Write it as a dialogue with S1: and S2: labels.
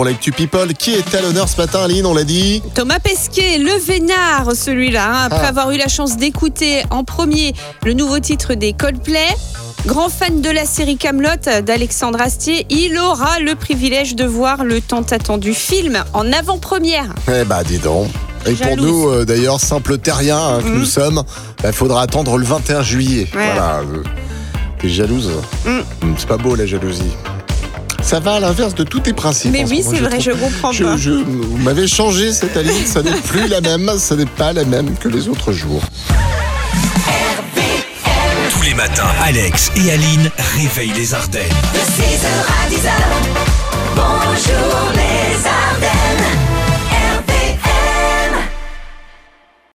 S1: Pour l'actu People, qui est à l'honneur ce matin, Aline On l'a dit
S2: Thomas Pesquet, le vénard, celui-là. hein. après
S1: Ah.
S2: avoir eu la chance d'écouter en premier le nouveau titre des Coldplay, grand fan de la série Camelot d'Alexandre Astier, il aura le privilège de voir le tant attendu film en avant-première.
S1: Eh bah, dis donc. Et pour
S2: Jalouse.
S1: nous, euh, d'ailleurs, simples terriens hein, que
S2: Mhm.
S1: nous sommes, il faudra attendre le 21 juillet.
S2: Ouais.
S1: Voilà. euh, T'es jalouse
S2: Mhm.
S1: Mm, C'est pas beau la jalousie. Ça va à l'inverse de tous tes principes.
S2: Mais
S1: en ce
S2: oui,
S1: moment,
S2: c'est vrai,
S1: trouve.
S2: je comprends
S1: Je,
S2: pas.
S1: je- vous m'avez changé cette Aline, ça n'est plus la même, ça n'est pas la même que les autres jours.
S3: Tous les matins, Alex et Aline réveillent les Ardennes.
S4: De 6h à 10h, bonjour les Ardennes.